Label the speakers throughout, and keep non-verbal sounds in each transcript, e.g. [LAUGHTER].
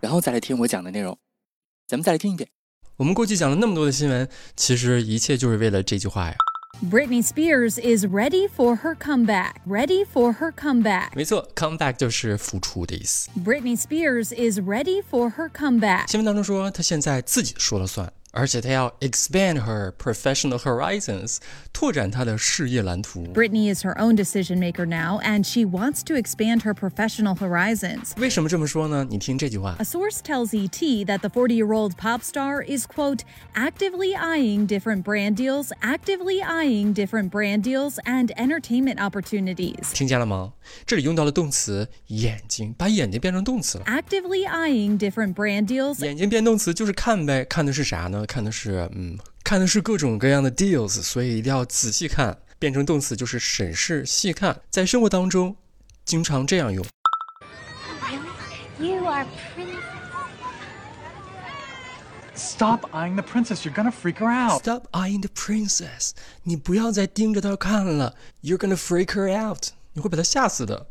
Speaker 1: 然后再来听我讲的内容。咱们再来听一遍。
Speaker 2: 我们过去讲了那么多的新闻，其实一切就是为了这句话呀。
Speaker 3: Britney Spears is ready for her comeback. Ready for her comeback.
Speaker 2: 没错，come back 就是复出的意思。
Speaker 3: Britney Spears is ready for her comeback.
Speaker 2: 新闻当中说，她现在自己说了算，而且她要 expand her professional horizons，拓展她的事业蓝图。
Speaker 3: Britney is her own decision maker now, and she wants to expand her professional horizons.
Speaker 2: 为什么这么说呢？你听这句话
Speaker 3: A source tells ET that the 40 year old pop star is, quote, actively eyeing different brand deals, actively eyeing different brand deals and entertainment opportunities.
Speaker 2: 听见了吗？这里用到了动词眼睛，把眼睛变成动词了。
Speaker 3: Actively eyeing different brand deals
Speaker 2: 眼睛变动词就是看呗，看的是啥呢？看的是嗯，看的是各种各样的 deals，所以一定要仔细看。变成动词就是审视、细看，在生活当中经常这样用。
Speaker 4: you are pretty.
Speaker 5: Stop eyeing the princess. You're gonna freak her out.
Speaker 2: Stop eyeing the princess！你不要再盯着她看了，You're gonna freak her out！你会把她吓死的。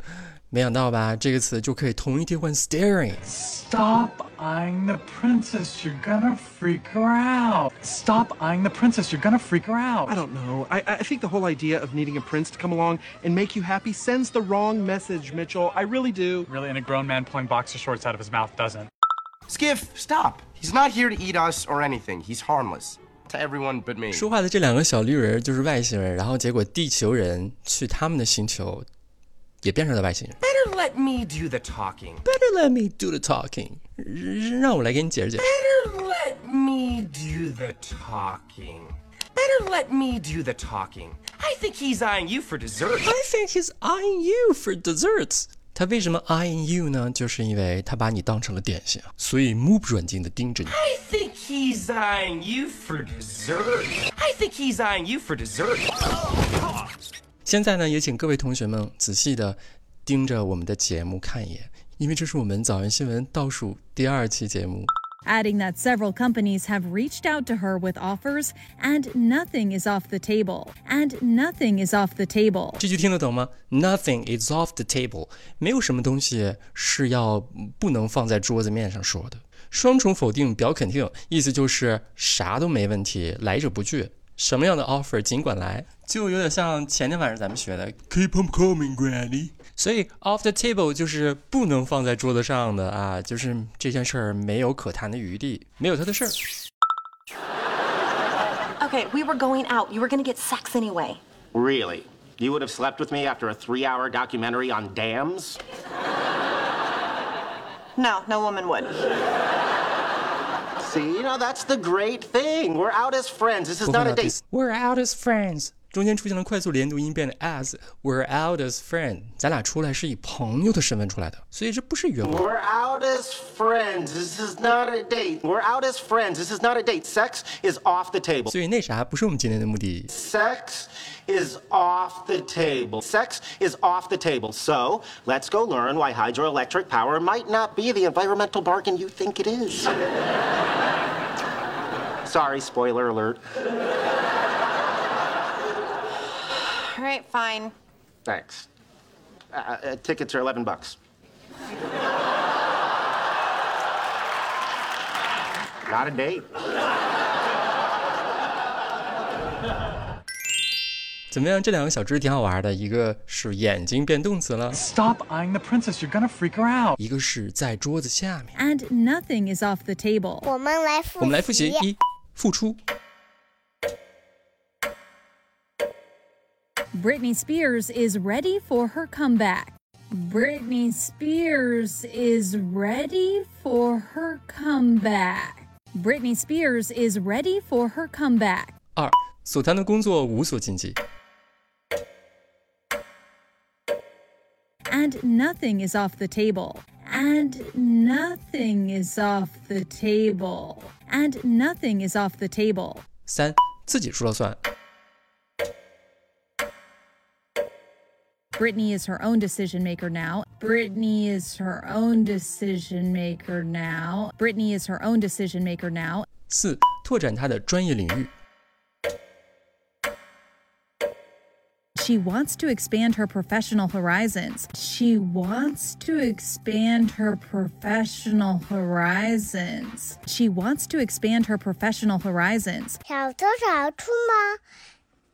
Speaker 2: 没想到吧，这个词就可以同义替换 staring。
Speaker 5: Stop eyeing the princess. You're gonna freak her out. Stop eyeing the princess. You're gonna freak her out.
Speaker 6: I don't know. I, I think the whole idea of needing a prince to come along and make you happy sends the wrong message, Mitchell. I really do.
Speaker 5: Really, and a grown man pulling boxer shorts out of his mouth doesn't.
Speaker 7: Skiff, stop. He's not here to eat us or anything. He's harmless to everyone but me.
Speaker 2: 说话的这两个小绿人就是外星人，然后结果地球人去他们的星球，也变成了外星人。
Speaker 7: Better let me do the talking.
Speaker 2: Better let me do the talking，让让我来给你解释解释。
Speaker 7: Better let me do the talking. Better let me do the talking. I think he's eyeing you for dessert.
Speaker 2: I think he's eyeing you for desserts。他为什么 eyeing you 呢？就是因为他把你当成了点心啊，所以目不转睛的盯着你。
Speaker 7: I think he's eyeing you for dessert. I think he's eyeing you for dessert.
Speaker 2: 现在呢，也请各位同学们仔细的盯着我们的节目看一眼，因为这是我们早安新闻倒数第二期节目。
Speaker 3: adding that several companies have reached out to her with offers and nothing is off the table. And nothing is off the table.
Speaker 2: 这句听得懂吗？Nothing is off the table，没有什么东西是要嗯不能放在桌子面上说的。双重否定表肯定，意思就是啥都没问题，来者不拒，什么样的 offer 尽管来，就有点像前天晚上咱们学的 Keep on coming, Granny。所以 off the table 就是不能放在桌子上的啊，就是这件事儿没有可谈的余地，没有他的事儿。
Speaker 8: Okay, we were going out. You were gonna get sex anyway.
Speaker 7: Really? You would have slept with me after a three hour documentary on dams?
Speaker 8: No, no woman would.
Speaker 7: See, you know, that's the great thing. We're out as friends. This is
Speaker 2: 播放
Speaker 7: not
Speaker 2: 到
Speaker 7: a
Speaker 2: 第
Speaker 7: date.
Speaker 2: 四 We're out as friends，中间出现了快速连读音变的 as。We're out as friend，咱俩出来是以朋友的身份出来的，所以这不是约会。
Speaker 7: We're out as friends. This is not a date. We're out as friends. This is not a date. Sex is off the table.
Speaker 2: 所以那啥不是我们今天的目的。
Speaker 7: Sex is off the table. Sex is off the table. So let's go learn why hydroelectric power might not be the environmental bargain you think it is. [LAUGHS] Sorry, spoiler alert.
Speaker 8: All right, fine.
Speaker 7: Thanks. Uh, uh, tickets are 11 bucks. Not a date.
Speaker 2: 怎么样？这两个小知识挺好玩的，一个是眼睛变动词了，
Speaker 5: Stop eyeing the princess. You're gonna freak her out.
Speaker 2: 一个是在桌子下面。
Speaker 3: And nothing is off the table.
Speaker 9: 我们来复
Speaker 2: 我们来复习一，付出
Speaker 3: Britney Spears is ready for her comeback. Britney Spears is ready for her comeback. Britney Spears is ready for her comeback.
Speaker 2: 二，所谈的工作无所禁忌。
Speaker 3: And nothing is off the table. And nothing is off the table. And nothing is off the table.
Speaker 2: 三，自己说了算。
Speaker 3: Brittany is her own decision maker now. Brittany is her own decision maker now. Brittany is her own decision maker now.
Speaker 2: 四，拓展他的专业领域。
Speaker 3: She wants to expand her professional horizons. She wants to expand her professional horizons. She wants to expand her professional horizons.
Speaker 10: 小偷小兔吗？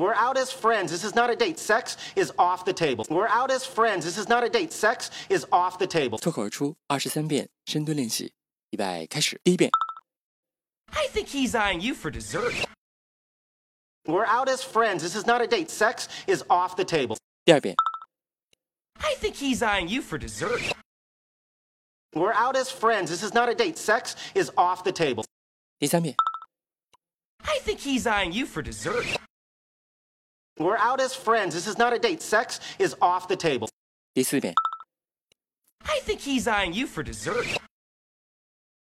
Speaker 7: We're out as friends. This is not a date. Sex is off the table. We're out as friends. This is not a date. Sex is off the table.
Speaker 1: 脱口而出二十三遍深蹲练习，预备开始。第一遍，
Speaker 11: I think he's eyeing you for dessert.
Speaker 7: We're out as friends. This is not a date. Sex is off the table.
Speaker 1: 第二遍，
Speaker 11: I think he's eyeing you for dessert.
Speaker 7: We're out as friends. This is not a date. Sex is off the table.
Speaker 1: 第三遍，
Speaker 11: I think he's eyeing you for dessert.
Speaker 7: We're out as friends. This is not a date. Sex is off the table.
Speaker 1: 第四遍，
Speaker 11: I think he's eyeing you for dessert.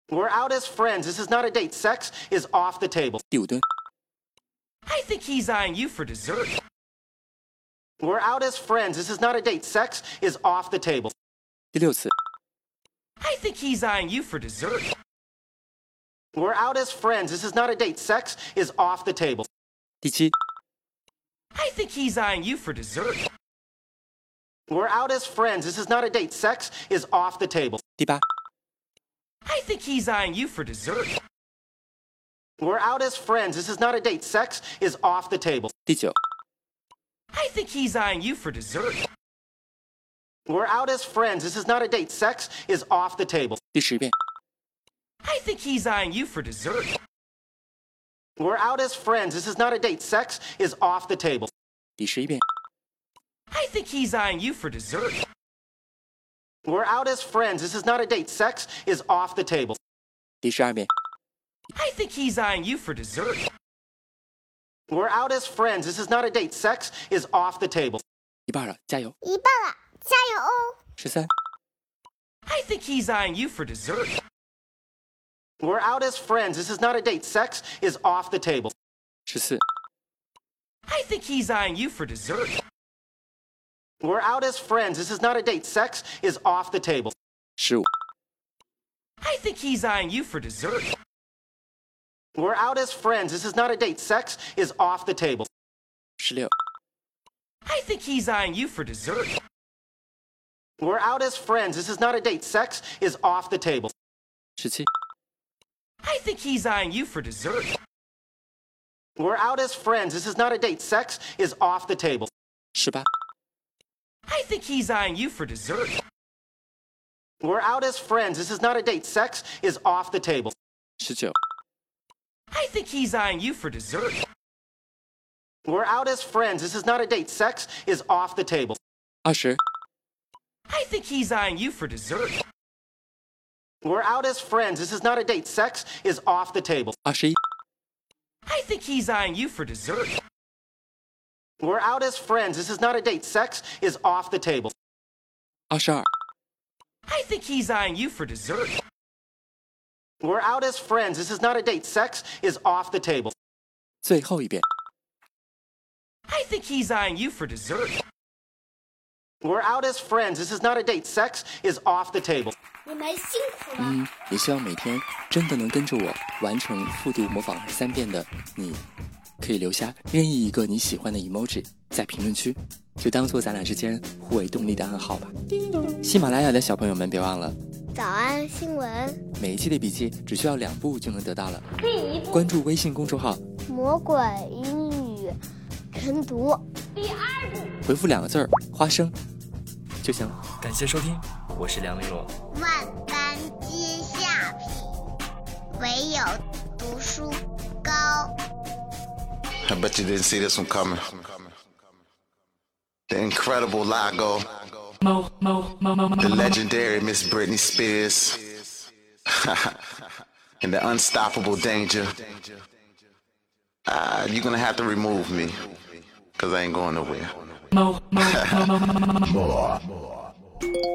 Speaker 7: We're out as friends. This is not a date. Sex is off the table.
Speaker 1: 第五蹲，
Speaker 11: I think he's eyeing you for dessert.
Speaker 7: We're out as friends. This is not a date. Sex is off the table.
Speaker 1: 第六次，
Speaker 11: I think he's eyeing you for dessert.
Speaker 7: We're out as friends. This is not a date. Sex is off the table.
Speaker 1: 第七，
Speaker 11: I think he's eyeing you for dessert.
Speaker 7: We're out as friends. This is not a date. Sex is off the table.
Speaker 1: 第八，
Speaker 11: I think he's eyeing you for dessert.
Speaker 7: We're out as friends. This is not a date. Sex is off the table.
Speaker 1: 第九，
Speaker 11: I think he's eyeing you for dessert.
Speaker 7: We're out as friends. This is not a date. Sex is off the table.
Speaker 1: 第十遍，
Speaker 11: I think he's eyeing you for dessert.
Speaker 7: We're out as friends. This is not a date. Sex is off the table.
Speaker 1: 第十一遍，
Speaker 11: I think he's eyeing you for dessert.
Speaker 7: We're out as friends. This is not a date. Sex is off the table.
Speaker 1: 第十二遍，
Speaker 11: I think he's eyeing you for dessert.
Speaker 7: We're out as friends. This is not a date. Sex is off the table.
Speaker 1: 一半了，加油！
Speaker 10: 一，一半了，加油哦！
Speaker 1: 十三、
Speaker 11: I think he's eyeing you for dessert.
Speaker 7: We're out as friends. This is not a date. Sex is off the table.
Speaker 1: 十四、
Speaker 11: I think he's eyeing you for dessert.
Speaker 7: We're out as friends. This is not a date. Sex is off the table.
Speaker 1: 十五、
Speaker 11: I think he's eyeing you for dessert.
Speaker 7: We're out as friends. This is not a date. Sex is off the table.
Speaker 1: 十六、
Speaker 11: I think he's eyeing you for dessert.
Speaker 7: We're out as friends. This is not a date. Sex is off the table.
Speaker 1: 十七、
Speaker 11: I think he's eyeing you for dessert.
Speaker 7: We're out as friends. This is not a date. Sex is off the table.
Speaker 1: 十八、
Speaker 11: I think he's eyeing you for dessert.
Speaker 7: We're out as friends. This is not a date. Sex is off the table.
Speaker 1: 十九、
Speaker 11: I think he's eyeing you for dessert.
Speaker 7: We're out as friends. This is not a date. Sex is off the table.
Speaker 1: 二十、
Speaker 11: I think he's eyeing you for dessert.
Speaker 7: We're out as friends. This is not a date. Sex is off the table.
Speaker 1: 二十一、
Speaker 11: I think he's eyeing you for dessert.
Speaker 7: We're out as friends. This is not a date. Sex is off the table.
Speaker 1: 二十二、
Speaker 11: I think he's eyeing you for dessert.
Speaker 7: We're out as friends. This is not a date. Sex is off the table.
Speaker 1: 最后一遍。
Speaker 11: I think he's eyeing you for dessert.
Speaker 7: We're out as friends. This is not a date. Sex is off the table.
Speaker 10: 你们辛苦了。
Speaker 1: 嗯，也希望每天真的能跟着我完成复读模仿二十三遍的你，可以留下任意一个你喜欢的 emoji 在评论区，就当做咱俩之间互为动力的暗号吧。喜马拉雅的小朋友们，别忘了
Speaker 10: 早安新闻，
Speaker 1: 每一期的笔记只需要两步就能得到了。
Speaker 4: 第一步，
Speaker 1: 关注微信公众号，
Speaker 9: 魔鬼英语晨读。
Speaker 4: 第二步，
Speaker 1: 回复两个字儿“花生”就行了。
Speaker 12: 感谢收听，我是梁丽罗。
Speaker 10: 万般皆下品。唯有读书高。
Speaker 7: I bet you didn't see this one coming. The incredible Lago.
Speaker 13: Mo, mo, mo, mo, mo,
Speaker 7: The
Speaker 13: mo, mo.
Speaker 7: legendary Miss Britney Spears. [LAUGHS] and the unstoppable danger. Ah, you're gonna have to remove me. Cause I ain't going nowhere.
Speaker 13: Mo, mo, mo, mo, mo, mo, mo, mo, mo.
Speaker 7: More.